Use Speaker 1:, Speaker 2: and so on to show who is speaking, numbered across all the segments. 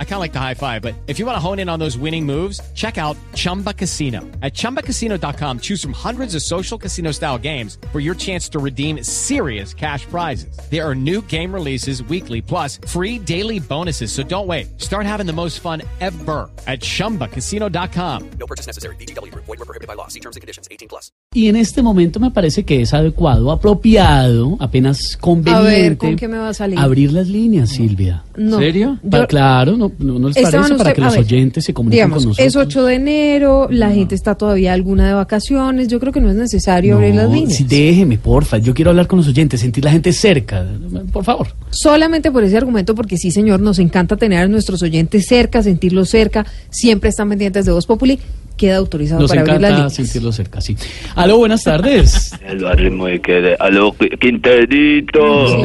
Speaker 1: I kind of like the high five, but if you want to hone in on those winning moves, check out Chumba Casino. At chumbacasino.com, choose from hundreds of social casino style games for your chance to redeem serious cash prizes. There are new game releases weekly, plus free daily bonuses. So don't wait. Start having the most fun ever at chumbacasino.com.
Speaker 2: No purchase necessary. BGW. Void were prohibited by law. See terms and conditions. 18 plus.
Speaker 3: Y en este momento me parece que es adecuado, apropiado, apenas
Speaker 4: A
Speaker 3: conveniente.
Speaker 4: ver, ¿con qué me va a salir?
Speaker 3: Abrir las líneas, Silvia.
Speaker 4: No. ¿Serio?
Speaker 3: Pa-
Speaker 4: Yo-
Speaker 3: claro, no, no, no les parece
Speaker 4: Esteban,
Speaker 3: para
Speaker 4: usted-
Speaker 3: que
Speaker 4: a
Speaker 3: los
Speaker 4: ver,
Speaker 3: oyentes se comuniquen
Speaker 4: digamos,
Speaker 3: con nosotros.
Speaker 4: Es 8 de enero, la gente está todavía alguna de vacaciones. Yo creo que no es necesario abrir las
Speaker 3: No,
Speaker 4: líneas.
Speaker 3: sí, déjeme, porfa. Yo quiero hablar con los oyentes, sentir la gente cerca. Por favor.
Speaker 4: Solamente por ese argumento, porque sí, señor, nos encanta tener a nuestros oyentes cerca, sentirlos cerca. Siempre están pendientes de Voz Populi. Queda autorizado
Speaker 3: Nos
Speaker 4: para abrir las
Speaker 3: encanta
Speaker 4: líneas.
Speaker 3: sentirlo cerca, sí. Aló, buenas tardes.
Speaker 5: El barrio muy que a lo qui- Quinterito.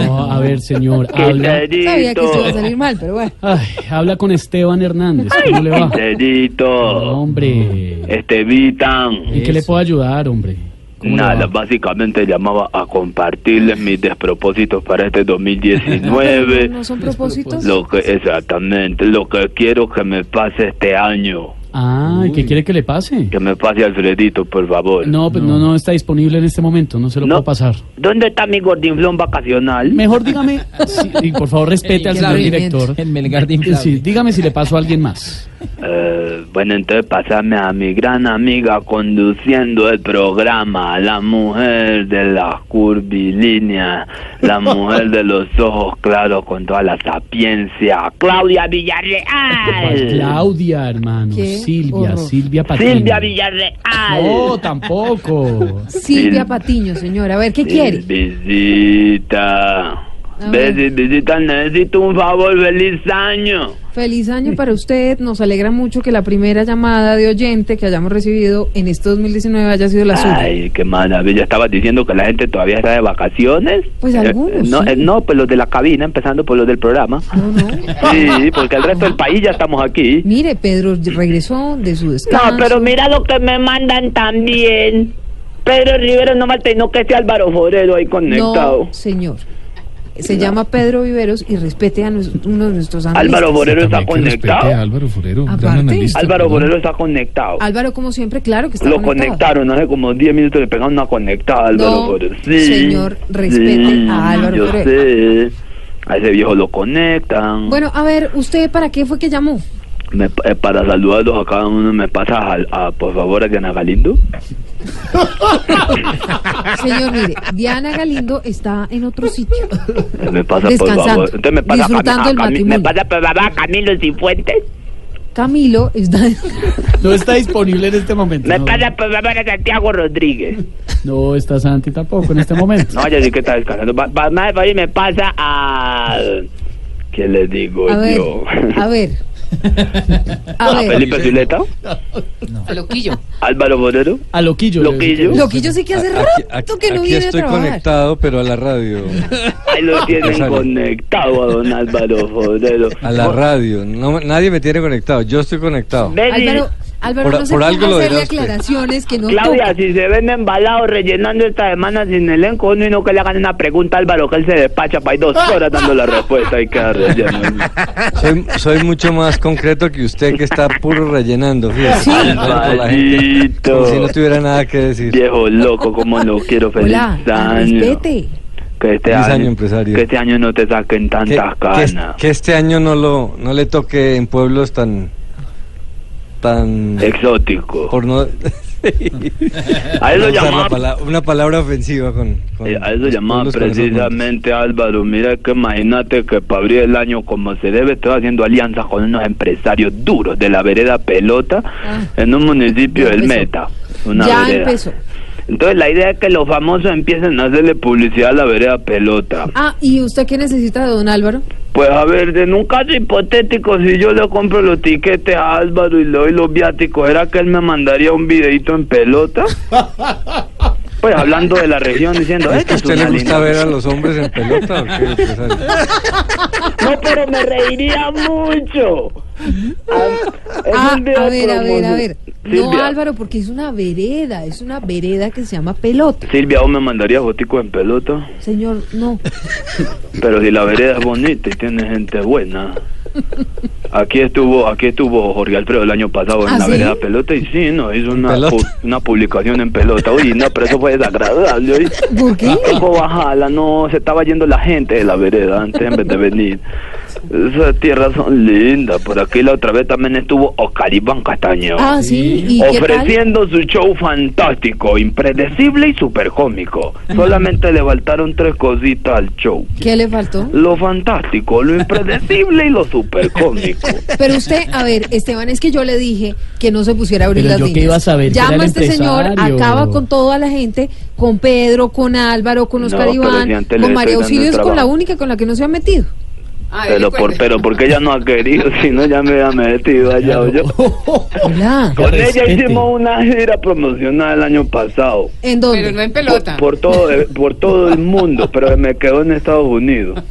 Speaker 3: No, Oh, a ver, señor, habla.
Speaker 4: Sabía que
Speaker 5: Quinterito.
Speaker 4: esto iba a salir mal, pero bueno.
Speaker 3: Ay, habla con Esteban Hernández. ¿Cómo le va?
Speaker 5: Quinterito.
Speaker 3: Hombre.
Speaker 5: Este Estevitan.
Speaker 3: ¿En qué le puedo ayudar, hombre? ¿Cómo le
Speaker 5: Nada,
Speaker 3: va?
Speaker 5: básicamente llamaba a compartirles mis despropósitos para este 2019.
Speaker 4: ¿No son propósitos?
Speaker 5: Pues, Lo que exactamente, lo que quiero que me pase este año.
Speaker 3: Ah, ¿qué quiere que le pase?
Speaker 5: Que me pase Alfredito, por favor.
Speaker 3: No, pues no, no está disponible en este momento, no se lo
Speaker 5: No.
Speaker 3: puedo pasar.
Speaker 5: ¿Dónde está mi gordinflón vacacional?
Speaker 3: Mejor dígame, sí, y por favor respete al señor
Speaker 4: Inflable.
Speaker 3: director.
Speaker 6: En Melgar de Inflable.
Speaker 3: Sí, dígame si le paso a alguien más.
Speaker 5: Eh, bueno, entonces pasame a mi gran amiga conduciendo el programa, la mujer de las curvilíneas, la mujer de los ojos claros con toda la sapiencia, Claudia
Speaker 3: Pues,
Speaker 5: Villarreal.
Speaker 3: Claudia, hermano,
Speaker 4: Qué
Speaker 3: Silvia,
Speaker 4: horror.
Speaker 3: Silvia Patiño.
Speaker 5: Silvia Villarreal.
Speaker 3: No, tampoco.
Speaker 4: Silvia Patiño, señor. A ver, ¿qué quiere?
Speaker 5: Visita.
Speaker 4: A ver.
Speaker 5: Ves, visita, necesito un favor, feliz año.
Speaker 4: Feliz año para usted. Nos alegra mucho que la primera llamada de oyente que hayamos recibido en este 2019 haya sido la suya.
Speaker 5: Ay, qué maravilla. Estabas diciendo que la gente todavía está de vacaciones.
Speaker 4: Pues
Speaker 5: Eh,
Speaker 4: algunos,
Speaker 5: no,
Speaker 4: sí.
Speaker 5: eh, no, pues los de la cabina, empezando por los del programa.
Speaker 4: No, no.
Speaker 5: Sí, porque el resto del país ya estamos aquí.
Speaker 4: Mire, Pedro regresó de su descanso.
Speaker 7: No, pero mira lo que me mandan también. Pedro Rivero no maltenó que este Álvaro Forero ahí conectado.
Speaker 4: No, señor. Se llama Pedro Viveros y respete a nos- uno de nuestros analistas.
Speaker 5: Álvaro Forero está
Speaker 8: También que respete a
Speaker 5: conectado.
Speaker 8: Álvaro Forero, gran
Speaker 4: Aparte.
Speaker 8: analista.
Speaker 5: Álvaro
Speaker 8: perdón.
Speaker 5: Forero está conectado.
Speaker 4: Álvaro, como siempre, claro que está
Speaker 5: Lo
Speaker 4: conectado.
Speaker 5: conectaron, hace como 10 minutos le pegaron una conectada a Álvaro
Speaker 4: No,
Speaker 5: Forero.
Speaker 4: señor, respete a Álvaro
Speaker 5: yo
Speaker 4: Forero.
Speaker 5: sé. A ese viejo lo conectan.
Speaker 4: Bueno, a ver, ¿usted para qué fue que llamó?
Speaker 5: Me- eh, para saludarlos a cada uno, ¿me pasas a, a, por favor a Diana Galindo?
Speaker 4: Señor, mire, Diana Galindo está en otro sitio.
Speaker 5: Me pasa
Speaker 4: Descansando,
Speaker 5: por favor. Entonces me pasa
Speaker 4: disfrutando el matrimonio.
Speaker 5: me pasa por favor a Camilo Cifuentes.
Speaker 4: Camilo está en...
Speaker 3: No está disponible en este momento.
Speaker 5: Me
Speaker 3: no.
Speaker 5: pasa por favor a Santiago Rodríguez.
Speaker 3: No está Santi tampoco en este momento.
Speaker 5: No, ya sí que está descansando. Va- va- Más de favor, me pasa a ¿Qué le digo
Speaker 4: A ver,
Speaker 5: Pues yo?
Speaker 4: a ver. A
Speaker 5: ¿A
Speaker 4: ver,
Speaker 5: Felipe Zuleta?
Speaker 4: Loquillo.
Speaker 5: Álvaro Borero.
Speaker 3: A Loquillo.
Speaker 5: Loquillo.
Speaker 4: Loquillo sí que hace rato que no
Speaker 6: aquí
Speaker 4: viene a
Speaker 6: estoy
Speaker 4: trabajar.
Speaker 6: conectado, pero a la radio.
Speaker 5: Ahí lo tienen
Speaker 6: Rosario.
Speaker 5: conectado a don Álvaro Borero.
Speaker 6: A la radio. No, nadie me tiene conectado. Yo estoy conectado.
Speaker 5: Betty,
Speaker 4: Álvaro, Álvaro
Speaker 6: Por-
Speaker 4: no se
Speaker 6: por
Speaker 4: ponga
Speaker 6: algo lo
Speaker 4: a hacerle
Speaker 6: dirá usted.
Speaker 4: aclaraciones que no
Speaker 5: Claudia,
Speaker 4: toca.
Speaker 5: si se ven embalados rellenando esta semana sin elenco, uno y no que le hagan una pregunta a Álvaro, que él se despacha para ir dos
Speaker 4: Ah.
Speaker 5: horas dando la respuesta y queda relleno.
Speaker 6: Soy, soy mucho más concreto que usted que está puro rellenando. fíjese. Hablando con la gente,
Speaker 5: Maldito.
Speaker 6: como si no tuviera nada que decir.
Speaker 5: Viejo loco, como lo quiero, feliz
Speaker 4: Hola,
Speaker 5: año.
Speaker 4: respete.
Speaker 5: Que este
Speaker 6: Feliz
Speaker 5: año,
Speaker 6: año, empresario.
Speaker 5: Que este año no te saquen
Speaker 6: Que,
Speaker 5: tantas
Speaker 6: que-
Speaker 5: canas.
Speaker 6: que este año no lo no le toque en pueblos tan tan
Speaker 5: Exótico.
Speaker 6: por no Sí.
Speaker 5: A eso
Speaker 6: Voy a usar la
Speaker 5: llamaba,
Speaker 6: pala- una palabra ofensiva con, con
Speaker 5: eh, a eso
Speaker 6: Pues, los
Speaker 5: llamaba
Speaker 6: pueblos con esos nombres.
Speaker 5: precisamente Álvaro. Mira que imagínate que para abrir el año como se debe, estoy haciendo alianzas con unos empresarios duros de la vereda Pelota en un municipio
Speaker 4: Ah. Ya
Speaker 5: del
Speaker 4: empezó.
Speaker 5: Meta. Una
Speaker 4: ya
Speaker 5: vereda.
Speaker 4: empezó.
Speaker 5: Entonces la idea es que los famosos empiecen a hacerle publicidad a la vereda Pelota.
Speaker 4: Ah, ¿y usted qué necesita de don Álvaro?
Speaker 5: Pues a ver, en un caso hipotético, si yo le compro los tiquetes a Álvaro y le doy los viáticos, ¿era que él me mandaría un videito en pelota? Pues hablando de la región, diciendo,
Speaker 6: ¿Es
Speaker 5: "Esta
Speaker 6: que a
Speaker 5: es
Speaker 6: usted le
Speaker 5: una
Speaker 6: gusta
Speaker 5: linda
Speaker 6: ver a los hombres en pelota o qué, empresario?
Speaker 7: No, pero me reiría mucho. A- es
Speaker 4: Ah,
Speaker 7: un video
Speaker 4: a ver, a ver, a
Speaker 7: promocional.
Speaker 4: ver. No,
Speaker 5: Silvia.
Speaker 4: Álvaro, porque es una vereda, es una vereda que se llama pelota.
Speaker 5: Silvia, ¿vos me mandarías botico en pelota?
Speaker 4: Señor, no.
Speaker 5: Pero si la vereda es bonita y tiene gente buena. Aquí estuvo, aquí estuvo Jorge Alfredo el año pasado en
Speaker 4: ¿Ah,
Speaker 5: la
Speaker 4: sí?
Speaker 5: vereda pelota y sí, no, hizo una,
Speaker 6: Pelota.
Speaker 5: pu- una publicación en pelota. Uy, no, pero eso fue desagradable. ¿oí?
Speaker 4: ¿Por qué?
Speaker 5: Tocó bajarla, no, se estaba yendo la gente de la vereda antes en vez de venir. Esas tierras son lindas. Por aquí la otra vez también estuvo Ocalibán Castaño.
Speaker 4: Ah, sí. ¿Y qué tal?
Speaker 5: Ofreciendo su show fantástico, impredecible y supercómico. Solamente le faltaron tres cositas al show.
Speaker 4: ¿Qué le faltó?
Speaker 5: Lo fantástico, lo impredecible y lo supercómico.
Speaker 4: Pero usted, a ver, Esteban, es que yo le dije que no se pusiera a abrir
Speaker 3: Pero
Speaker 4: las
Speaker 3: yo qué
Speaker 4: viñas.
Speaker 3: iba a saber que
Speaker 4: Llama
Speaker 3: era
Speaker 4: a
Speaker 3: el
Speaker 4: este señor,
Speaker 3: empresario.
Speaker 4: acaba con toda la gente, con Pedro, con Álvaro, con Oscar
Speaker 5: No, pero si
Speaker 4: Iván,
Speaker 5: antes le
Speaker 4: con
Speaker 5: estoy
Speaker 4: María
Speaker 5: dando
Speaker 4: Auxilio,
Speaker 5: el
Speaker 4: es con la
Speaker 5: trabajo.
Speaker 4: única con la que no se ha metido.
Speaker 8: Ah,
Speaker 5: Pero,
Speaker 8: pues.
Speaker 5: por, pero porque ella no ha querido, si no ya me había metido allá o yo.
Speaker 4: Hola.
Speaker 5: Con ella
Speaker 3: Respete.
Speaker 5: hicimos una gira promocional el año pasado.
Speaker 4: ¿En dónde?
Speaker 5: Por, por todo, eh, por todo el mundo, pero me quedó en Estados Unidos.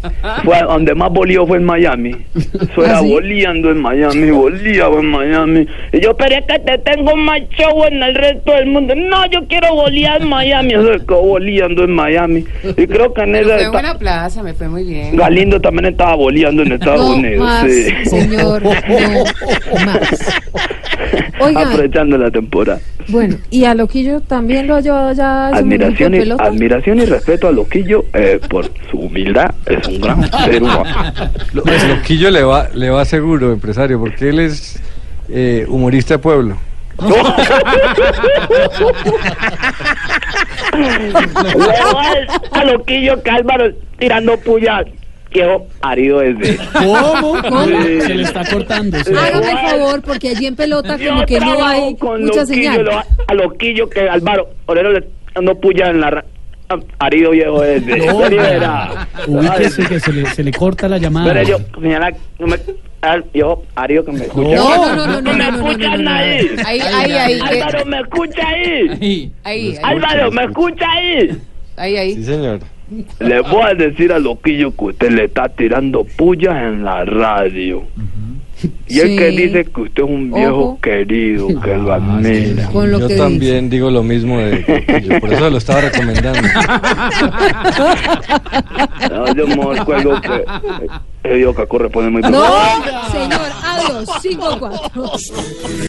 Speaker 5: Fue a- donde más volío fue en Miami. Eso era
Speaker 4: ¿Ah, sí?
Speaker 5: boleando en Miami, boleaba en Miami.
Speaker 7: Y yo, pero es que te tengo más show en el resto del mundo. No, yo quiero bolear en Miami.
Speaker 5: Y eso se quedó boleando en Miami. Y creo que en esa
Speaker 8: Fue
Speaker 5: esta-
Speaker 8: buena plaza, me fue muy bien.
Speaker 5: Galindo también estaba boleando en Estados
Speaker 4: No
Speaker 5: Unidos.
Speaker 4: más,
Speaker 5: sí.
Speaker 4: señor, no más. Oiga,
Speaker 5: Aprovechando la temporada.
Speaker 4: bueno, ¿y a Loquillo también lo ha llevado ya a su
Speaker 5: Admiración
Speaker 4: mundo
Speaker 5: y,
Speaker 4: de pelota?
Speaker 5: admiración y respeto a Loquillo eh, por su humildad. Es un gran ser humano.
Speaker 6: Lo- pues, Loquillo le va, le va seguro, empresario, porque él es eh, humorista de pueblo.
Speaker 7: Luego a, a loquillo que Álvaro tirando puyas. Viejo arido ese.
Speaker 3: ¿Cómo?
Speaker 4: ¿Cómo?
Speaker 3: Se le está cortando. se le-
Speaker 4: Hágame el favor, porque allí en pelota como
Speaker 7: Yo
Speaker 4: que no
Speaker 7: trabajo
Speaker 4: hay
Speaker 7: con
Speaker 4: mucha
Speaker 7: loquillo,
Speaker 4: señal.
Speaker 7: lo- a loquillo que Álvaro Orero le dando puya en la ra- a- arido viejo ese.
Speaker 3: No,
Speaker 7: Ese
Speaker 3: ya.
Speaker 7: era.
Speaker 3: Ubíquese que se le, se le corta la llamada.
Speaker 7: Pero yo, señala, no me, al- viejo arido que me escucha.
Speaker 4: No, no, no, no, no,
Speaker 7: me
Speaker 4: no, no, no,
Speaker 7: escuchan
Speaker 4: no,
Speaker 7: ahí.
Speaker 4: no.
Speaker 8: Ahí, ahí, ahí. eh,
Speaker 7: Álvaro, ¿me escucha ahí?
Speaker 3: Ahí.
Speaker 8: Ahí, ahí,
Speaker 7: Álvaro, ¿me escucha ahí?
Speaker 8: ahí,
Speaker 6: Sí,
Speaker 8: ahí.
Speaker 6: señor.
Speaker 5: Le voy a decir a Loquillo que usted le está tirando pullas en la radio. Y el
Speaker 4: Sí.
Speaker 5: que dice que usted es un viejo
Speaker 4: Ojo.
Speaker 5: querido, que lo
Speaker 6: Ah, sí,
Speaker 5: admira.
Speaker 4: Con lo
Speaker 6: yo
Speaker 4: que
Speaker 6: también digo lo mismo de Loquillo, por eso lo estaba recomendando.
Speaker 5: No, yo me acuerdo que el viejo Cacorre pone muy
Speaker 4: No, señor, adiós, 5-4.